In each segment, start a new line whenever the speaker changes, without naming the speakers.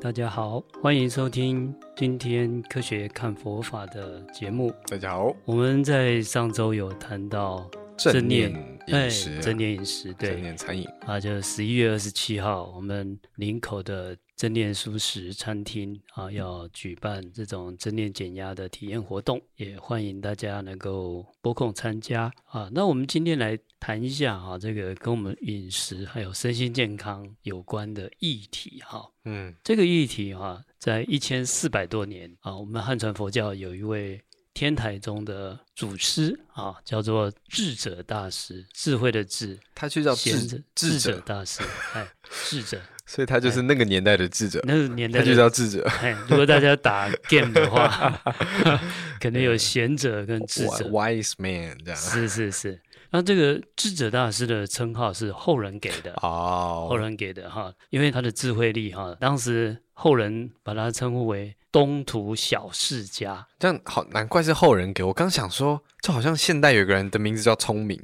大家好，欢迎收听今天科学看佛法的节目。
大家好，
我们在上周有谈到
正念饮食、啊，
正念饮食，对，
正念餐饮
啊，就十一月二十七号，我们林口的正念素食餐厅啊，要举办这种正念减压的体验活动，也欢迎大家能够拨空参加啊。那我们今天来谈一下啊，这个跟我们饮食还有身心健康有关的议题哈、啊。
嗯，
这个议题哈、啊，在一千四百多年啊，我们汉传佛教有一位。天台宗的祖师啊，叫做智者大师，智慧的智，
他就叫
智
智
者大师，哎，智者，
所以他就是那个年代的智者，
哎、那个年代
他就叫智者。
哎，如果大家打 game 的话， 可能有贤者跟 智者
，wise man 这样。
是是是，那这个智者大师的称号是后人给的
哦
，oh. 后人给的哈，因为他的智慧力哈，当时后人把他称呼为。东土小世家，
这样好难怪是后人给我。刚想说，就好像现代有个人的名字叫聪明，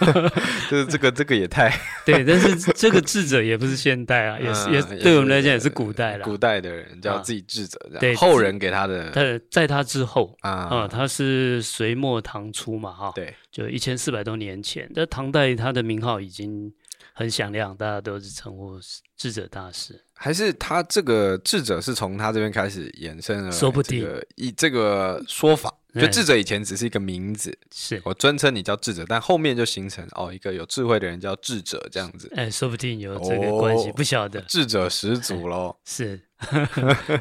就是这个这个也太
对。但是这个智者也不是现代 啊， 也是、嗯、也对我们来讲也是古代了。
古代的人叫自己智者，啊、
对
后人给他的。
在在他之后
啊
啊，他是隋末唐初嘛哈、啊，
对，
就一千四百多年前。在唐代，他的名号已经很响亮，大家都是称呼智者大师。
还是他这个智者是从他这边开始延伸了、这个，
说不定
以这个说法，就智者以前只是一个名字，
是
我尊称你叫智者，但后面就形成哦，一个有智慧的人叫智者这样子。
哎，说不定有这个关系，哦、不晓得。
智者始祖喽，
是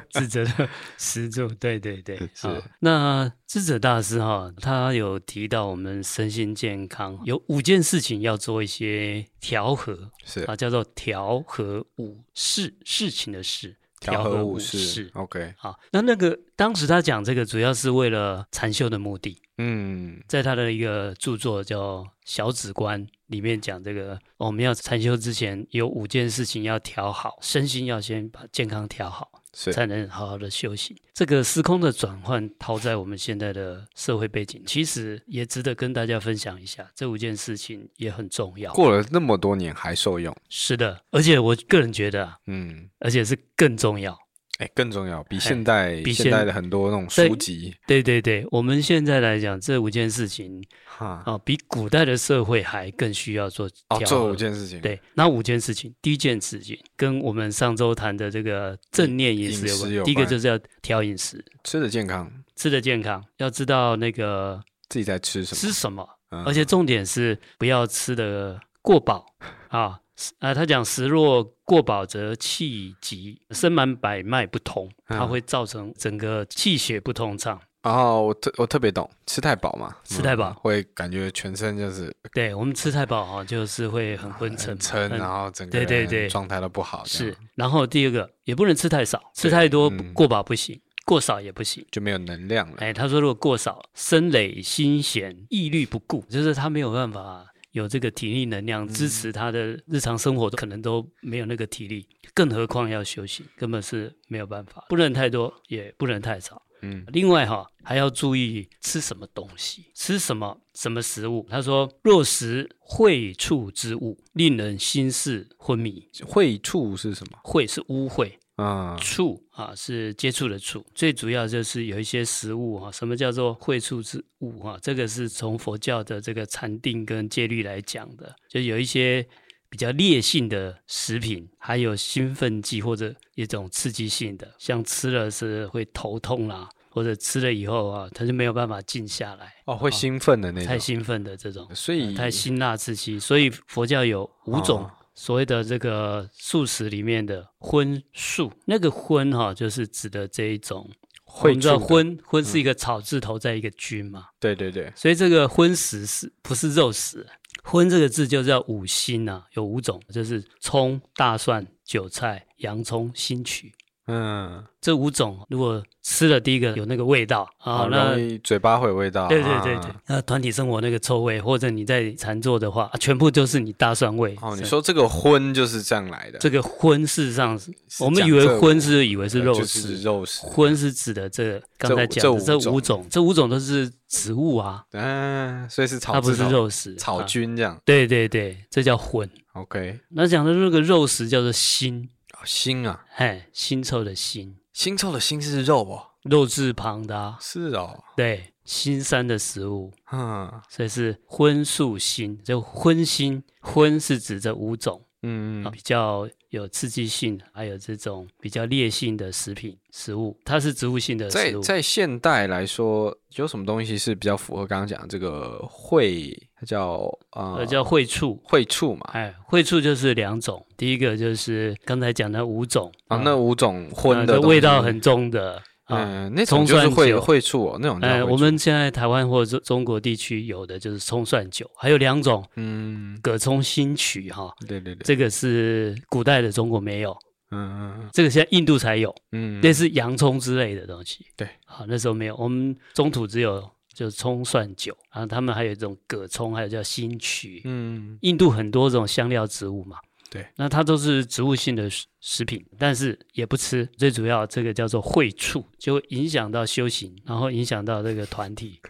智者 的始祖，对对对。
是、
哦、那智者大师哈、哦，他有提到我们身心健康有五件事情要做一些调和，
是
啊，叫做调和五事。事情的事，
调
和
武
士
，OK，
好，那那个当时他讲这个主要是为了禅修的目的，
嗯，
在他的一个著作叫《小止观》里面讲这个，哦我们要禅修之前有五件事情要调好，身心要先把健康调好。才能好好的修行。这个时空的转换套在我们现在的社会背景，其实也值得跟大家分享一下。这五件事情也很重要。
过了那么多年还受用，
是的。而且我个人觉得，啊
嗯，
而且是更重要。
哎，更重要，比现代
比
现代的很多那种书籍。
对对对，我们现在来讲这五件事情，
哈
啊，比古代的社会还更需要做
哦，做五件事情。
对，那五件事情，第一件事情跟我们上周谈的这个正念饮食有关。
有关
第一个就是要调饮食，
吃的健康，
吃的健康，要知道那个
自己在吃什么，
吃什么，嗯、而且重点是不要吃的过 饱啊。啊、呃，他讲食若过饱则气急，身满百脉不通，
嗯
它会造成整个气血不通畅。
然后、哦、我特我特别懂，吃太饱嘛，
吃太饱、嗯、
会感觉全身就是，
对我们吃太饱哈、哦，就是会很昏沉，
沉，然后整个
对对对
状态都不好。
是，然后第二个也不能吃太少，吃太多、嗯、过饱不行。过少也不行，
就没有能量了。
哎，他说如果过少，身累心闲，意虑不顾，就是他没有办法。有这个体力能量支持他的日常生活，可能都没有那个体力，更何况要休息，根本是没有办法。不能太多，也不能太少。
嗯，
另外哈，还要注意吃什么东西，吃什么什么食物。他说，若食秽畜之物，令人心事昏迷。
秽畜是什么？
秽是污秽。
啊，
触啊是接触的触，最主要就是有一些食物哈、啊，什么叫做会触之物哈、啊？这个是从佛教的这个禅定跟戒律来讲的，就有一些比较烈性的食品，还有兴奋剂或者一种刺激性的，像吃了是会头痛啦、啊，或者吃了以后啊，他就没有办法静下来
哦，会兴奋的那种，
啊太兴奋的这种，
所以、
呃、太辛辣刺激，所以佛教有五种、哦。所谓的这个素食里面的荤素，那个荤哈、啊，就是指的这一种。
会
知道荤荤是一个草字头在一个菌嘛？
对对对。
所以这个荤食是不是肉食？荤这个字就叫五辛啊，有五种，就是葱、大蒜、韭菜、洋葱、新曲。
嗯，
这五种如果吃了第一个有那个味道啊，那
嘴巴会有味道。啊
对对对对，啊那团体生活那个臭味，或者你在禅坐的话，啊全部就是你大蒜味。
哦，你说这个荤就是这样来的？
这个荤事实上，我们以为荤是以呃为是肉
食，呃肉食。
荤是指的这刚才讲的这五种，这五种都是植物啊，
嗯，所以是草，
它不是肉食，啊
草菌这样。
对对对，这叫荤。
OK，
那讲的那个肉食叫做心。
心啊，
嘿，腥臭的腥，
腥臭的腥是肉哦，
肉字旁的、啊，
是哦，
对，腥膻的食物，
嗯
所以是荤素腥，就荤腥，荤是指这五种。
嗯
啊，比较有刺激性，还有这种比较烈性的食品食物，它是植物性的
在
食物。
在现代来说，有什么东西是比较符合刚刚讲的这个会，它叫啊、
呃，叫荟醋。
会处嘛？
哎，荟醋就是两种，第一个就是刚才讲的五种
啊，那五种
呃
荤
这
的东西
味道很重的啊。
嗯，那种就是
葱蒜
会
酒
会处哦，那种叫
哎，
会
我
醋
们现在台湾或者中中国地区有的就是葱蒜酒，还有两种
嗯，
葛葱新曲哈，
对对对，
这个是古代的中国没有，
嗯嗯
这个现在印度才有，
嗯，
类似洋葱之类的东西。
对，
好，那时候没有，我们中土只有就是葱蒜酒，然后他们还有一种葛葱，还有叫新曲。
嗯
印度很多这种香料植物嘛，
对，
那它都是植物性的食食品，但是也不吃。最主要这个叫做会触，就会影响到修行，然后影响到这个团 体。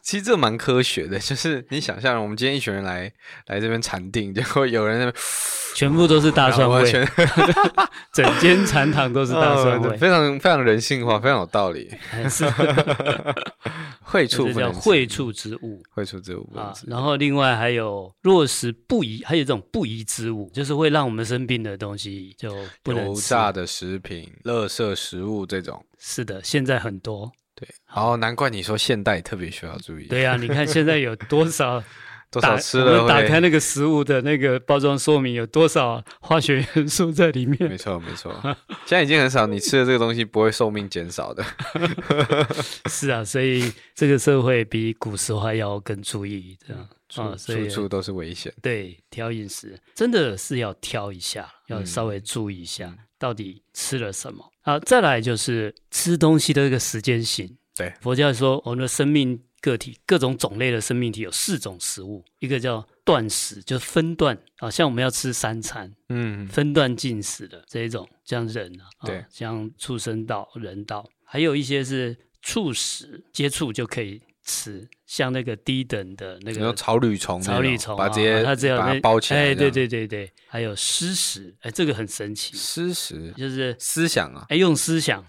其实这蛮科学的，就是你想象我们今天一群人来来这边禅定，结果有人在那边
全部都是大蒜
然后
味，
全
整间禅堂都是大 蒜
呃
味，
非常非常人性化，非常有道理。
哎 是，
会处
这
不
叫
能吃
会触植物。
会处之物不能
啊
吃，
然后另外还有落实不宜，还有这种不宜之物，就是会让我们生病的东西就不能
油
吃。
炸的食品、垃圾食物这种。
是的，现在很多。
对，哦，难怪你说现代特别需要注意，
对啊呀、你看现在有多 少
多
打
少吃了
我们打开
会，
那个食物的那个包装说明，有多少化学元素在里面
没？错没 错，现在已经很少你吃的这个东西不会寿命减少的。
是啊，所以这个社会比古时候还要更注意这样啊，
处
所以
处处都是危险。
对，挑饮食真的是要挑一下，要
嗯
稍微注意一下，到底吃了什么啊。再来就是吃东西的一个时间性。
对，
佛教说我们的生命个体各种种类的生命体有四种食物，一个叫断食，就是分段啊，像我们要吃三餐，
嗯，
分段进食的这一种，像人啊，啊
对
像畜生道、人道，还有一些是促食，接触就可以吃，像那个低等的那
你
个
说草履虫那种，
草履虫啊，
把直接
它只有
把
那
它包起来，
哎，对，对对对，还有诗识，哎，这个很神奇，
思识
就是
思想 啊
哎用思想，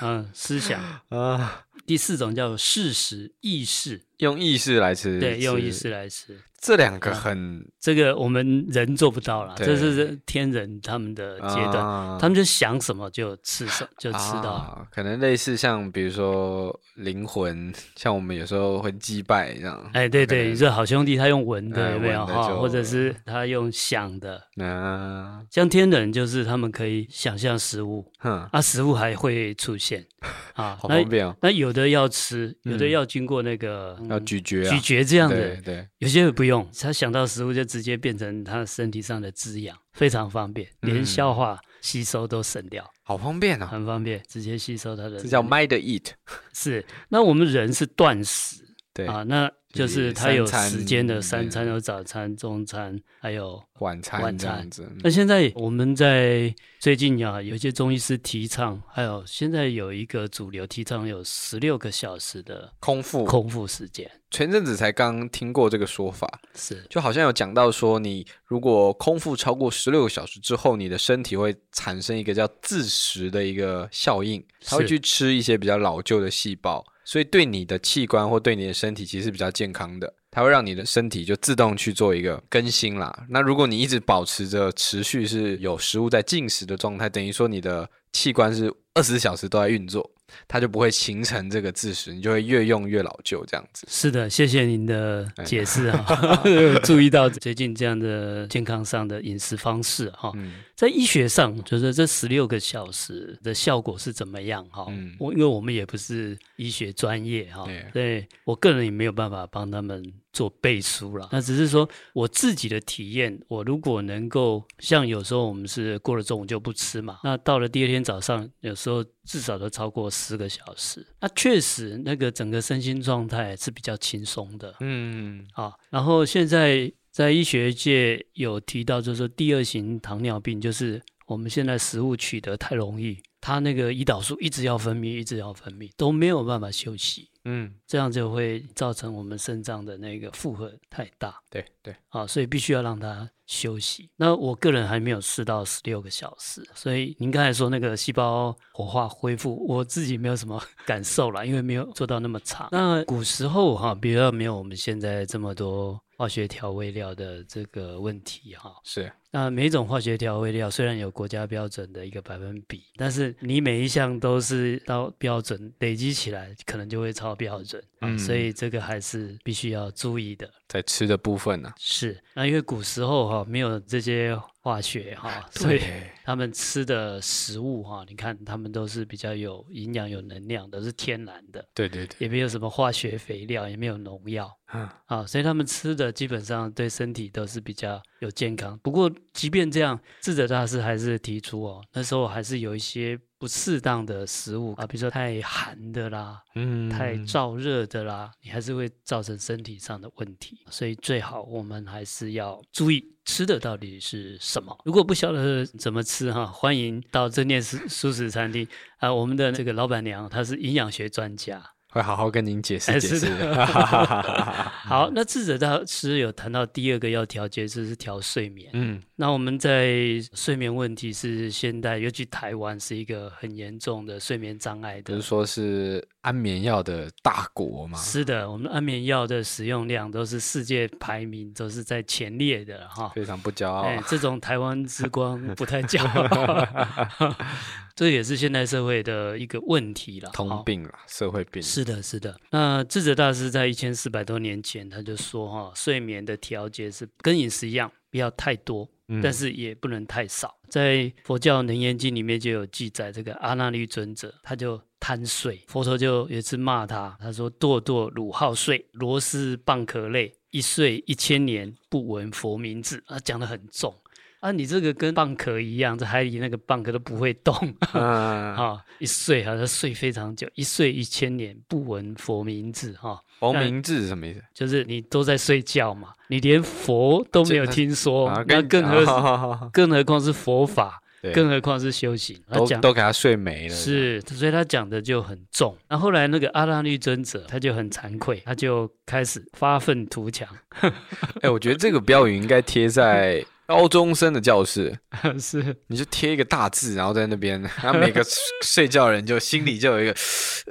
嗯，思想。
啊，
第四种叫事实意识，
用意识来吃，
对，用意
是
识啊来吃。
这两个很
这个我们人做不到啦，
对
这是天人他们的阶段，
啊
他们就想什么就吃什么，就吃到。
啊，可能类似像比如说灵魂，像我们有时候会击败这样，
哎，对
可
对，
能
你说好兄弟他用闻的
哎
有没有
闻的
哈？
就
或者是他用想的，
啊，
像天人就是他们可以想象食物，
哼，
啊，食物还会出现啊
好。
那
方便哦，
那有的要吃，有的
嗯
要经过那个、
要
嗯
咀嚼啊，
咀嚼这样
对
的，
对，
有些不用，他想到食物就直接变成他身体上的滋养，非常方便，连
嗯
消化、吸收都省掉，
好方便哦，
很方便，直接吸收它的能量。
这叫 mind eat，
是。那我们人是断食
对，
啊，那就是他有
三餐
时间的三
对
餐，有早餐、中餐，还有
晚餐
晚
这
餐
样子，嗯
那现在我们在最近啊，有一些中医师提倡，还有现在有一个主流提倡有十六个小时的
空腹，
空腹时间，
前阵子才刚听过这个说法，
是
就好像有讲到说，你如果空腹超过十六个小时之后，你的身体会产生一个叫自食的一个效应，它会
是
去吃一些比较老旧的细胞，所以对你的器官或对你的身体其实是比较健康的。它会让你的身体就自动去做一个更新啦。那如果你一直保持着持续是有食物在进食的状态，等于说你的器官是二十小时都在运作，它就不会形成这个自食，你就会越用越老旧这样子。
是的，谢谢您的
哎
解释啊， 有注意到最近这样的健康上的饮食方式哈、
嗯，
在医学上，就是这十六个小时的效果是怎么样哈、
嗯
我因为我们也不是医学专业哈、
对
对我个人也没有办法帮他们做背书了。那只是说我自己的体验，我如果能够像有时候我们是过了中午就不吃嘛，那到了第二天早上，有时候至少都超过十个小时，那确实那个整个身心状态是比较轻松的。
嗯，
啊，然后现在在医学界有提到，就是说第二型糖尿病，就是我们现在食物取得太容易，他那个胰岛素一直要分泌，一直要分泌，都没有办法休息，
嗯，
这样就会造成我们肾脏的那个负荷太大
对对，
啊，所以必须要让它休息。那我个人还没有试到十六个小时，所以您刚才说那个细胞活化恢复，我自己没有什么 感受啦，因为没有做到那么长。那古时候哈、比较没有我们现在这么多化学调味料的这个问题哈、
是
那每一种化学调味料虽然有国家标准的一个百分比，但是你每一项都是到标准累积起来，可能就会超标准、啊
嗯
所以这个还是必须要注意的。
在吃的部分呢、啊，
是，那因为古时候哈、没有这些化学哈、所以
对
他们吃的食物哈、你看他们都是比较有营养、有能量的，是天然的，
对对对，
也没有什么化学肥料，也没有农药。
嗯
啊，所以他们吃的基本上对身体都是比较有健康。不过，即便这样，智者大师还是提出哦，那时候还是有一些不适当的食物啊，比如说太寒的啦，
嗯
太燥热的啦，你还是会造成身体上的问题。所以最好我们还是要注意吃的到底是什么。如果不晓得怎么吃哈，欢迎到正念素素食餐厅啊，我们的这个老板娘她是营养学专家。
会好好跟您解释
哎
解
是
释
的
的。
好，那智者大师有谈到第二个要调节，就是调睡眠。
嗯，
那我们在睡眠问题是现代，尤其台湾是一个很严重的睡眠障碍
不是
的。
说是安眠药的大国吗？
是的，我们安眠药的使用量都是世界排名都是在前列的哈。
非常不骄傲。啊
哎，这种台湾之光不太骄傲， 这也是现代社会的一个问题了。
通
哈
病啦，社会病。
是的，是的。那智者大师在一千四百多年前他就说哈、睡眠的调节是跟饮食一样，不要太多，
嗯
但是也不能太少。在佛教《楞严经》里面就有记载，这个阿那律尊者他就贪睡，佛陀就有一次骂他，他说：“堕堕汝好睡，螺丝蚌壳类，一睡一千年，不闻佛名字。”啊，讲得很重。啊，你这个跟蚌壳一样，在海里那个蚌壳都不会动。
嗯，
啊、一睡好像睡非常久，一睡一千年，不闻佛名字哈、
黄明志是什么意思？
就是你都在睡觉嘛，你连佛都没有听说，
啊
那
跟
更何、
好好 好 好
更何况是佛法，
对
更何况是修行。他
都
讲
都给他睡没了。
是，所以他讲的就很重。那后来那个阿拉律尊者他就很惭愧，他就开始发愤图强，
哎，我觉得这个标语应该贴在高中生的教室，
是
你就贴一个大字，然后在那边，然后每个睡 觉人就心里就有一个，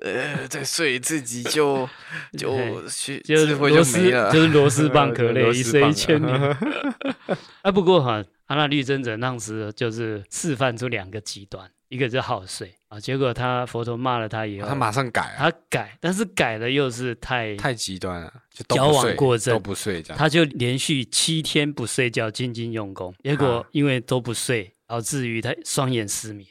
呃，再睡自己就就
嘿
去
就是
智慧
螺
就
丝
没了，
就是螺丝蚌 壳类，
螺
一
丝
睡
蚌
一千 年。
啊
啊，不过哈，阿那律真者当时就是示范出两个极端，一个是好睡啊，结果他佛陀骂了他以后，
他马上改啊，
他改，但是改了又是太，
太极端了，就都
矫
不
枉
睡
过正
都不睡这样。
他就连续七天不睡觉，静静用功，结果
啊
因为都不睡，导致于他双眼失明，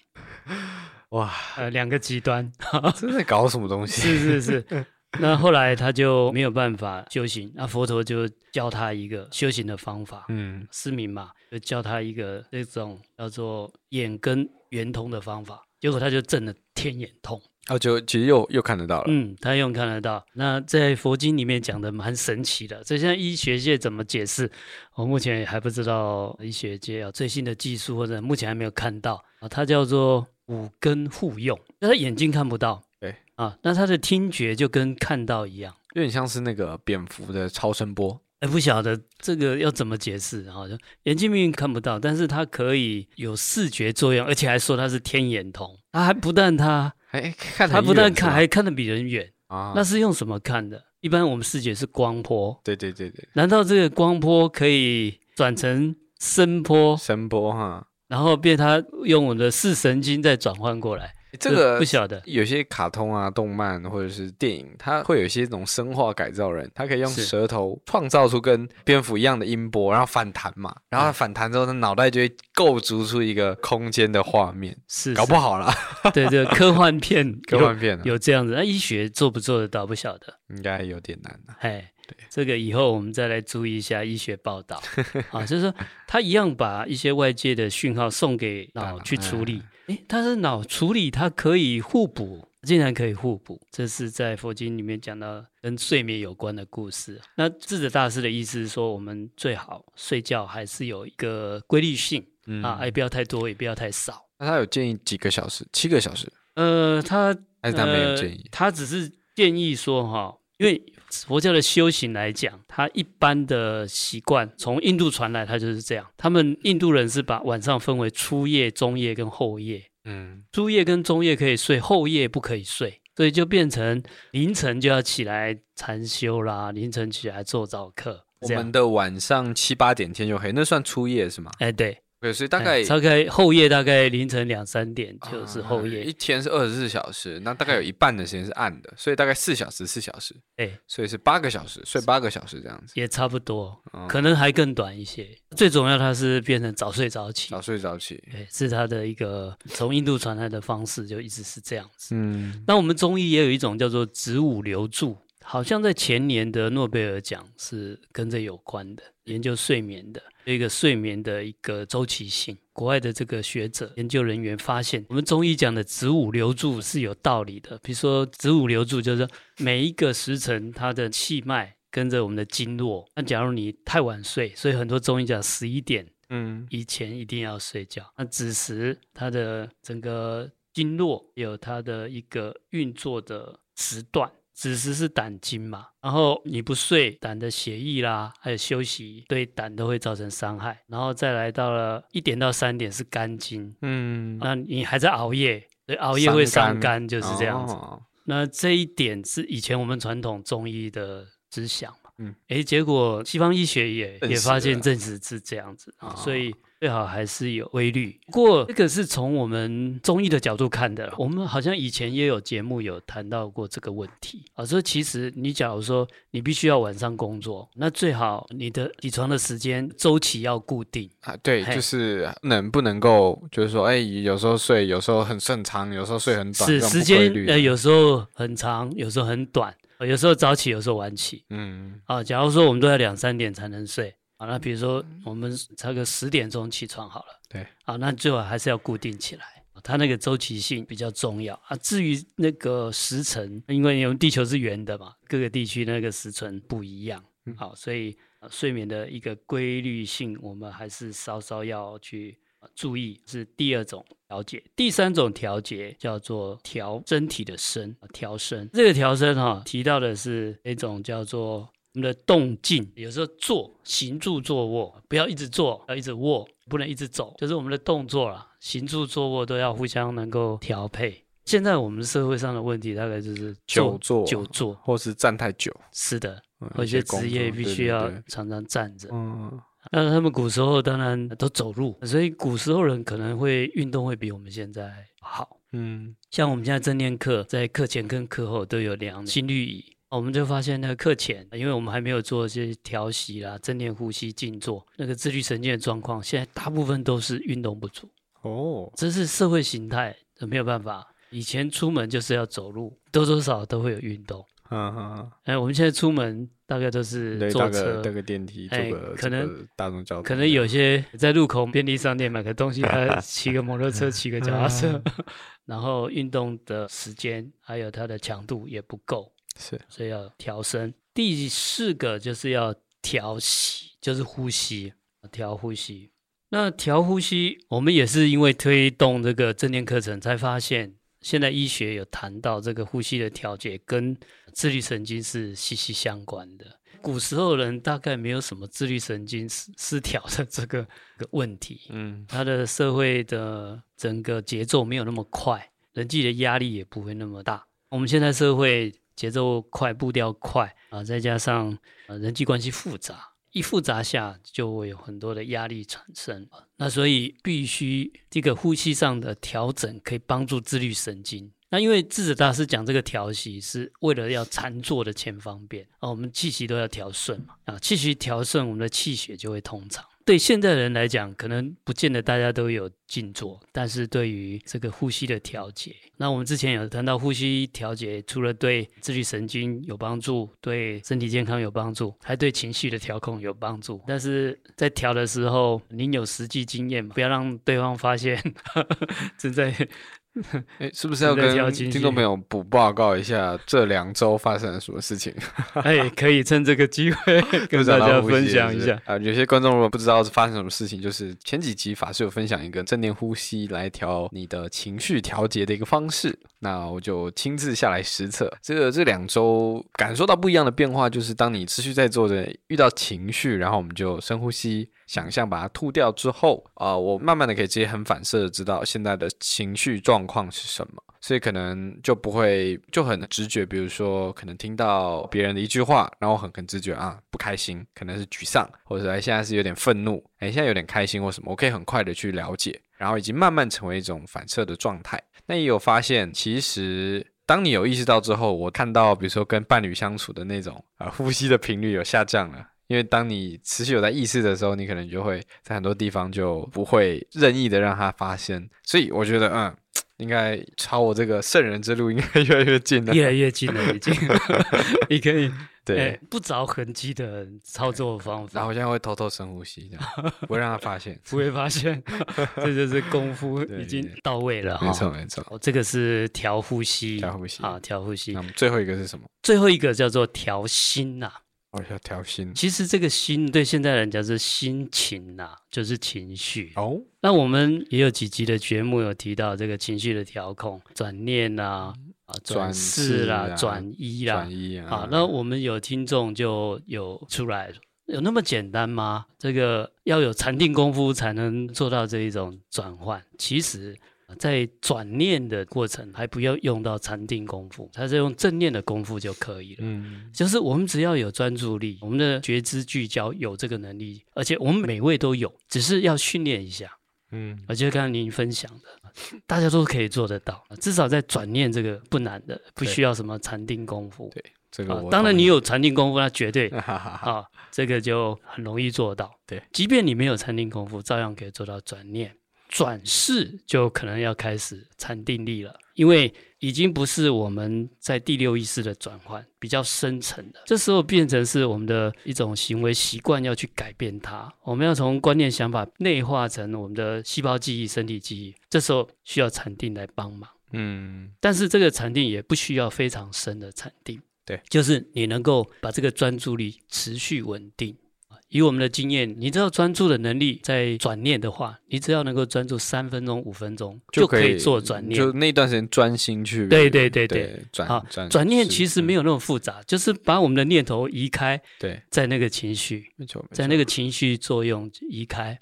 哇，
呃，两个极 端，
这在搞什么东西？
是是是。那后来他就没有办法修行，那佛陀就教他一个修行的方法，
嗯，
失明嘛，就教他一个那种叫做眼根圆通的方法，结果他就证了天眼通。
哦，就其实又又看得到了，
嗯，他用看得到。那在佛经里面讲的蛮神奇的，这现在医学界怎么解释，我目前也还不知道医学界啊最新的技术或者目前还没有看到啊，它叫做五根互用。那他眼睛看不到，
对
啊，那他的听觉就跟看到一样。
有点像是那个蝙蝠的超声波。
哎，不晓得这个要怎么解释啊？就眼睛明明看不到，但是它可以有视觉作用，而且还说它是天眼瞳。它还不但它，
哎，看得
它
很
不但
远是
看，
吧
还看得比人远。
啊，
那是用什么看的？一般我们视觉是光波，
对对对对，
难道这个光波可以转成声波，
声波哈，
然后被它用我们的视神经再转换过来？
这个
不晓得。
有些卡通啊、动漫或者是电影，它会有一些那种生化改造人，他可以用
是
舌头创造出跟蝙蝠一样的音波，然后反弹嘛，然后它反弹之后，他脑袋就会构筑出一个空间的画面，
是
搞不好啦，
好，对对，科幻片
科幻片啊
有有这样子，那医学做不做得到不晓得。
应该有点难啊。
哎，这个以后我们再来注意一下医学报道啊，就是说他一样把一些外界的讯号送给
大
脑
脑
去处理，诶，但是脑处理它可以互补。竟然可以互补，这是在佛经里面讲到跟睡眠有关的故事。啊那智者大师的意思是说，我们最好睡觉还是有一个规律性、啊哎
嗯
啊，也不要太多，也不要太少。
那他有建议几个小时？七个小时？
呃，他
还是他没有建议
呃？他只是建议说哈，因为佛教的修行来讲，他一般的习惯从印度传来，他就是这样。他们印度人是把晚上分为初夜、中夜跟后夜，
嗯，
初夜跟中夜可以睡，后夜不可以睡。所以就变成凌晨就要起来禅修啦，凌晨起来做早课，
我
这
们
样。
的晚上七八点天就黑，那算初夜是吗？
哎，对，
对，所以大概
哎大概后夜大概凌晨两三点就是后
啊
夜嗯
一，天是二十四小时，那大概有一半的时间是暗的，所以大概四小时，四小时，
哎，
所以是八个小时，睡八个小时这样子。
也差不多，
嗯
可能还更短一些。最重要，它是变成早睡早起
早，睡早起，
对，是它的一个从印度传来的方式，就一直是这样子。
嗯，
那我们中医也有一种叫做子午流注，好像在前年的诺贝尔奖是跟这有关的，研究睡眠的有一个睡眠的一个周期性。国外的这个学者研究人员发现，我们中医讲的子午流注是有道理的。比如说子午流注，就是说每一个时辰它的气脉跟着我们的经络。那假如你太晚睡，所以很多中医讲十一点
嗯，
以前一定要睡觉。那子时它的整个经络有它的一个运作的时段，子时是胆经嘛，然后你不睡，胆的血液啦，还有休息，对胆都会造成伤害。然后再来到了一点到三点是肝经，
嗯，
那你还在熬夜，对，熬夜会伤
伤
肝，就是这样子。
哦
那这一点是以前我们传统中医的思想嘛，
嗯
嗯，诶，结果西方医学也
证
也
实
发
了啊
现证实是这样子啊，
哦
所以最好还是有规律。不过这个是从我们中医的角度看的，我们好像以前也有节目有谈到过这个问题啊，说其实你假如说你必须要晚上工作，那最好你的起床的时间周期要固定，
啊，对，
嘿
就是能不能够，就是说，哎，有时候睡，有时候很正常，有时候睡很短，
是
这种
时
不规
间
律啊
呃
的，
有时候很长，有时候很短，呃有时候早起，有时候晚起。
嗯，
啊，假如说我们都要两三点才能睡，啊，那比如说我们差个十点钟起床好了，
嗯对，
啊，那最好还是要固定起来。啊它那个周期性比较重要啊。至于那个时辰，因为我们地球是圆的嘛，各个地区那个时辰不一样，好、所以、呃睡眠的一个规律性，我们还是稍稍要去呃注意。是第二种调节，第三种调节叫做调身体的身，呃调身。这个调身哈、提到的是一种叫做我们的动静，有时候坐、行住、坐卧，不要一直坐，要一直卧，不能一直走，就是我们的动作啦，行住、坐卧都要互相能够调配。现在我们社会上的问题大概就是
久坐
久坐，
或是站太久，
是的，
嗯
有
一些
些
工
职业
作
必
对
须
对
要
对
常常站着。
嗯，
那他们古时候当然都走路，所以古时候人可能会运动会比我们现在好。
嗯，
像我们现在正念课，在课前跟课后都有量心率仪，我们就发现那个课前，因为我们还没有做一些调息啦、正念呼吸、静坐，那个自律神经的状况，现在大部分都是运动不足，
哦，
这是社会形态，这没有办法。以前出门就是要走路，多多少少都会有运动。
嗯嗯，
哎，我们现在出门大概都
嗯
是
对，搭
坐
个
车，
搭个电梯，坐
哎
个
可
这个
能
大众交通，
可能有些在路口便利商店买个东西，他骑个摩托车，骑个脚踏车， 然后运动的时间还有它的强度也不够，
是，
所以要调身。第四个就是要调息，就是呼吸，调呼吸。那调呼吸，我们也是因为推动这个正念课程，才发现现在医学有谈到这个呼吸的调节跟自律神经是息息相关的。古时候人大概没有什么自律神经失失调的这个这个问题，
嗯，
他的社会的整个节奏没有那么快，人际的压力也不会那么大。我们现在社会节奏快，步调快啊，再加上、呃、人际关系复杂，一复杂下就会有很多的压力产生。那所以必须这个呼吸上的调整可以帮助自律神经。那因为智者大师讲这个调息是为了要禅坐的前方便啊，我们气息都要调顺嘛啊，气息调顺，我们的气血就会通畅。对现代人来讲，可能不见得大家都有静坐，但是对于这个呼吸的调节，那我们之前有谈到呼吸调节，除了对自律神经有帮助，对身体健康有帮助，还对情绪的调控有帮助。但是在调的时候，您有实际经验嘛？不要让对方发现 正在
哎，是不是要
对不对要
跟
清晰
听众朋友补报告一下这两周发生了什么事情？
哎，可以趁这个机会跟大家分享一 下。
啊、有些观众如果不知道发生什么事情，就是前几集法师有分享一个正念呼吸来调你的情绪调节的一个方式，那我就亲自下来实测。这个这两周感受到不一样的变化，就是当你持续在做的遇到情绪，然后我们就深呼吸，想象把它吐掉之后，啊、我慢慢的可以直接很反射的知道现在的情绪状况是什么。所以可能就不会就很直觉，比如说可能听到别人的一句话，然后很很直觉啊，不开心，可能是沮丧，或者哎现在是有点愤怒，哎现在有点开心或什么，我可以很快的去了解，然后已经慢慢成为一种反射的状态。那也有发现，其实。当你有意识到之后，我看到比如说跟伴侣相处的那种啊、呃呼吸的频率有下降了，因为当你持续有在意识的时候，你可能就会在很多地方就不会任意的让它发生。所以我觉得，嗯，应该朝我这个圣人之路应该 越来越近了。
越来越近了，已经， 你可以
对，
哎不着痕迹的操作方
然后
法，
我现在会偷偷深呼吸，这样不会让他发现。
不会发 现，这就是功夫
对
已经到位了
没错
哈。
没错。
哦，这个是调呼吸，
调呼吸
啊，调呼吸
那。我们最后一个是什么？
最后一个叫做调心呐、
哦，要调心
其实这个心对现代人讲是心情呐、就是情绪。
哦，
那我们也有几集的节目有提到这个情绪的调控、转念啦、啊、转
转
世啦、
世啊
转移啦
转移啊
啊。那我们有听众就有出来，有那么简单吗？这个要有禅定功夫才能做到这一种转换。其实。在转念的过程，还不要用到禅定功夫，它是用正念的功夫就可以了。
嗯，
就是我们只要有专注力，我们的觉知聚焦有这个能力，而且我们每位都有，只是要训练一下。
嗯
而且刚刚您分享的，大家都可以做得到，至少在转念这个不难的，不需要什么禅定功夫。
对，这个
啊
我，
当然你
有，
有禅定功夫，那绝对
哈哈哈，
啊，这个就很容易做到。
对，
即便你没有禅定功夫，照样可以做到转念。转世就可能要开始禅定力了，因为已经不是我们在第六意识的转换，比较深层的。这时候变成是我们的一种行为习惯要去改变它，我们要从观念想法内化成我们的细胞记忆、身体记忆。这时候需要禅定来帮忙。
嗯
但是这个禅定也不需要非常深的禅定，
对，
就是你能够把这个专注力持续稳定。以我们的经验，你只要专注的能力在转念的话，你只要能够专注三分钟、五分钟
就
可
可以
做转念。
就那段时间专心去，
对对对对，
对，
好
转转
转念其实没
有，
有那么复杂，就是把我们的念头移开，
对，
在那个情绪，
没错，没
在
错
那个情绪作用移开，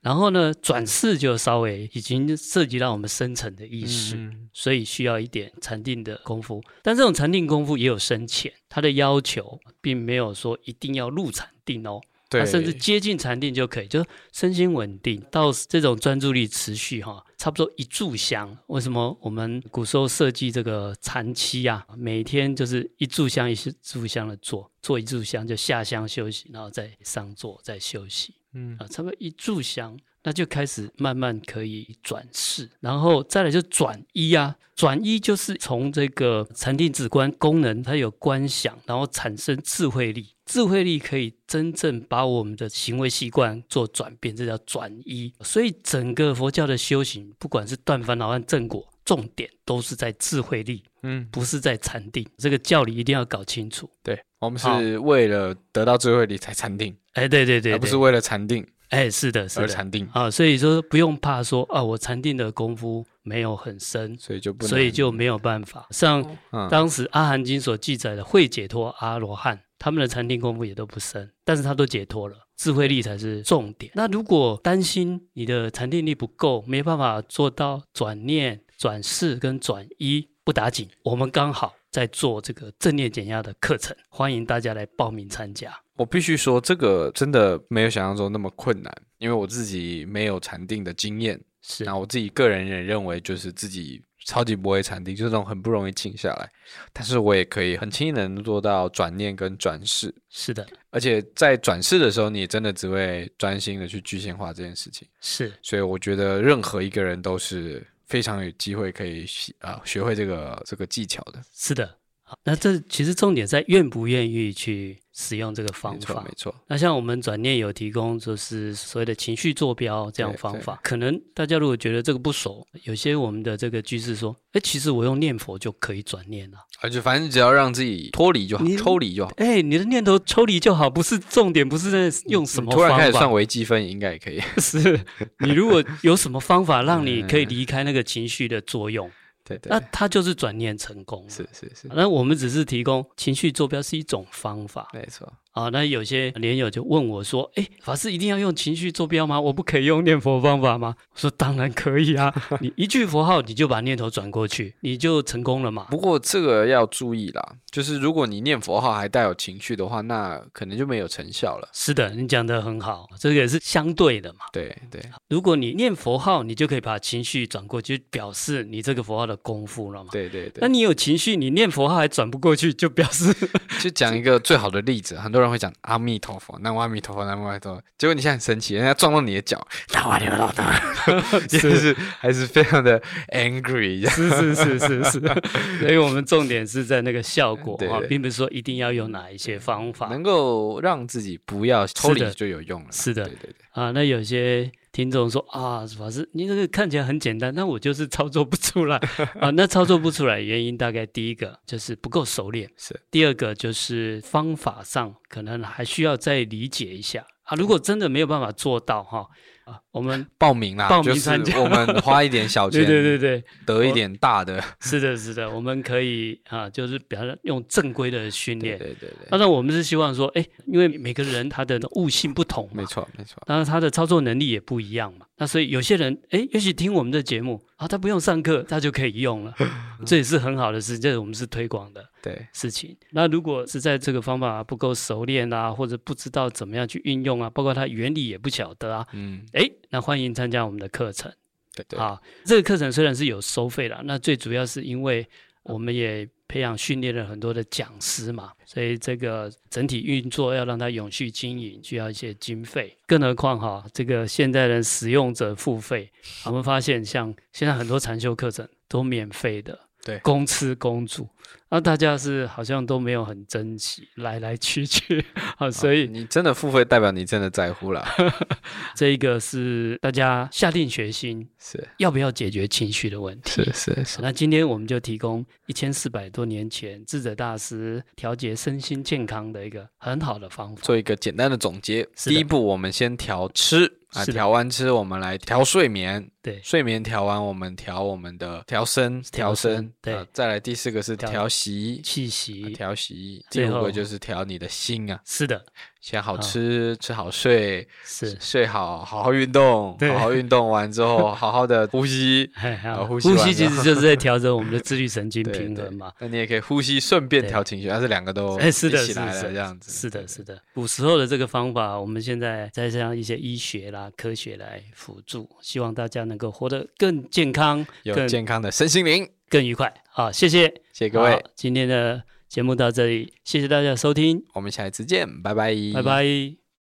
然后呢，转世就稍微已经涉及到我们深层的意识。
嗯
所以需要一点禅定的功夫。但这种禅定功夫也有深浅，它的要求并没有说一定要入禅定哦，它
对，
甚至接近禅定就可以，就是身心稳定到这种专注力持续哈、差不多一炷香。为什么我们古时候设计这个禅期啊，每天就是一炷香一炷香的做，做一炷香就下香休息，然后再上座再休息。
嗯
啊，差不多一炷香，那就开始慢慢可以转世，然后再来就转一啊，转一就是从这个禅定止观功能，它有观想，然后产生智慧力，智慧力可以真正把我们的行为习惯做转变，这叫转一。所以整个佛教的修行，不管是断烦恼和正果，重点都是在智慧力，
嗯，
不是在禅定，这个教理一定要搞清楚。
对，我们
好
是为了得到智慧理才禅定，
哎，对对对对，
而啊不是为了禅定
哎，是的，是
而
的，
禅定，
啊，所以说不用怕说啊，我禅定的功夫没有很深，
所以就不能，
所以就没有办法。像
嗯
当时《阿含经》所记载的会解脱阿罗汉，他们的禅定功夫也都不深，但是他都解脱了，智慧力才是重点。那如果担心你的禅定力不够，没办法做到转念、转世跟转一，不打紧，我们刚好在做这个正念减压的课程，欢迎大家来报名参加。
我必须说，这个真的没有想象中那么困难，因为我自己没有禅定的经验，
是
那我自己个人也认为，就是自己超级不会禅定，就是那种很不容易静下来。但是我也可以很轻易能做到转念跟转世，
是的，
而且在转世的时候，你也真的只会专心的去具现化这件事情。
是
所以我觉得任何一个人都是非常有机会可以学啊、学会这个这个技巧的。
是的。好那这其实重点在愿不愿意去使用这个方
没错
法
没。错，
那像我们转念有提供，就是所谓的情绪坐标这样
对
方
对
法，可能大家如果觉得这个不熟，有些我们的这个居士说，哎，其实我用念佛就可以转念了、
而且反正只要让自己脱离就好，
你
抽离就好。
哎，你的念头抽离就好，不是重点，不是在用什么
突
方
然
法。
开始算微积分，应该也可以。
是你如果有什么方法让你可以离开那个情绪的作用，
对对
那，它就是转念成功了。
是是是，
那我们只是提供情绪坐标是一种方法
没错。
啊。那有些连友就问我说：“哎，法师一定要用情绪坐标吗？我不可以用念佛方法吗？”我说：“当然可以 啊，你一句佛号你就把念头转过去，你就成功了嘛。
不过这个要注意啦，就是如果你念佛号还带有情绪的话，那可能就没有成效了”。
是的，你讲的很好，这个也是相对的嘛。
对对，
如果你念佛号，你就可以把情绪转过去，表示你这个佛号的功夫了嘛。
对对对
那。你有情绪，你念佛号还转不过去，就表 示
就讲一个最好的例子，很多人会讲阿弥陀佛，南无阿弥陀佛，南无阿弥陀佛。结果你现在很神奇，人家撞到你的脚，南无阿弥陀佛，南 无阿弥陀佛就是 还是非常的 angry 这样。
是是是是 是。所以我们重点是在那个效果
对
啊
对，
并不是说一定要用哪一些方法
能够让自己不要抽
是
离
的
就有用了。
是的
对对对，
啊。那有些听众说啊，法师，你这个看起来很简单，但我就是操作不出 来啊。那操作不出来原因大概第一个就是不够熟练，
是
第二个就是方法上可能还需要再理解一下啊。如果真的没有办法做到哈啊，我们
报名啦，
报名
就是
参加
我们花一点小钱，
对对对对。
得一点大的，
是的，是的，我们可以啊，就是比方说用正规的训
对
练。
对对对，
当然，我们是希望说，哎，因为每个人他的悟性不同
没
嘛，
错没错，
当然他的操作能力也不一样嘛。那所以有些人，哎，也许听我们的节目啊，他不用上课，他就可以用了，这也是很好的事，这是我们是推广的
对
事情。那如果是在这个方法不够熟练啊，或者不知道怎么样去运用啊，包括它原理也不晓得啊，
嗯
哎，那欢迎参加我们的课程。
对对，
啊，这个课程虽然是有收费的，那最主要是因为我们也培养训练了很多的讲师嘛，所以这个整体运作要让它永续经营，需要一些经费。更何况哈，这个现代人使用者付费，我们发现像现在很多禅修课程都免费的。
对
公吃公住，那大家是好像都没有很珍惜，来来去去啊，所以
你真的付费，代表你真的在 乎啦。
这一个是大家下定决心
是
要不要解决情绪的问题。
是是是，
那今天我们就提供一千四百多年前智者大师调节身心健康的一个很好的方法。
做一个简单的总结。
是的
第一步，我们先调吃啊，
是的
调完吃，我们来调睡眠。
对
睡眠调完，我们调我们的调身，
调
调
身
身。
对
啊再来第四个是
调
调习，
气
啊
息
调习。第
最
五
后
个就是调你的心啊，
是的，
先好
啊
吃，吃好睡，
是，
睡好，好好运动，
对
好好运动完之后，好好的呼吸。
哎好
啊呼吸
呼
完
吸其
了
实就是在调整我们的 自律神经
对
平
对
衡嘛。
那你也可以呼吸，顺便
对
调情绪，但是两个都
哎，是的，
一起
是
来
的，
了
是的
这样子。
是
对
的，是的。古时候的这个方法，我们现在再加上一些医学啦、科学来辅助，希望大家能够活得更健康、
有
更
健康的身心灵。
更愉快。好，谢谢
谢谢各位
好，今天的节目到这里，谢谢大家的收听，
我们下一次见，拜拜，
拜拜。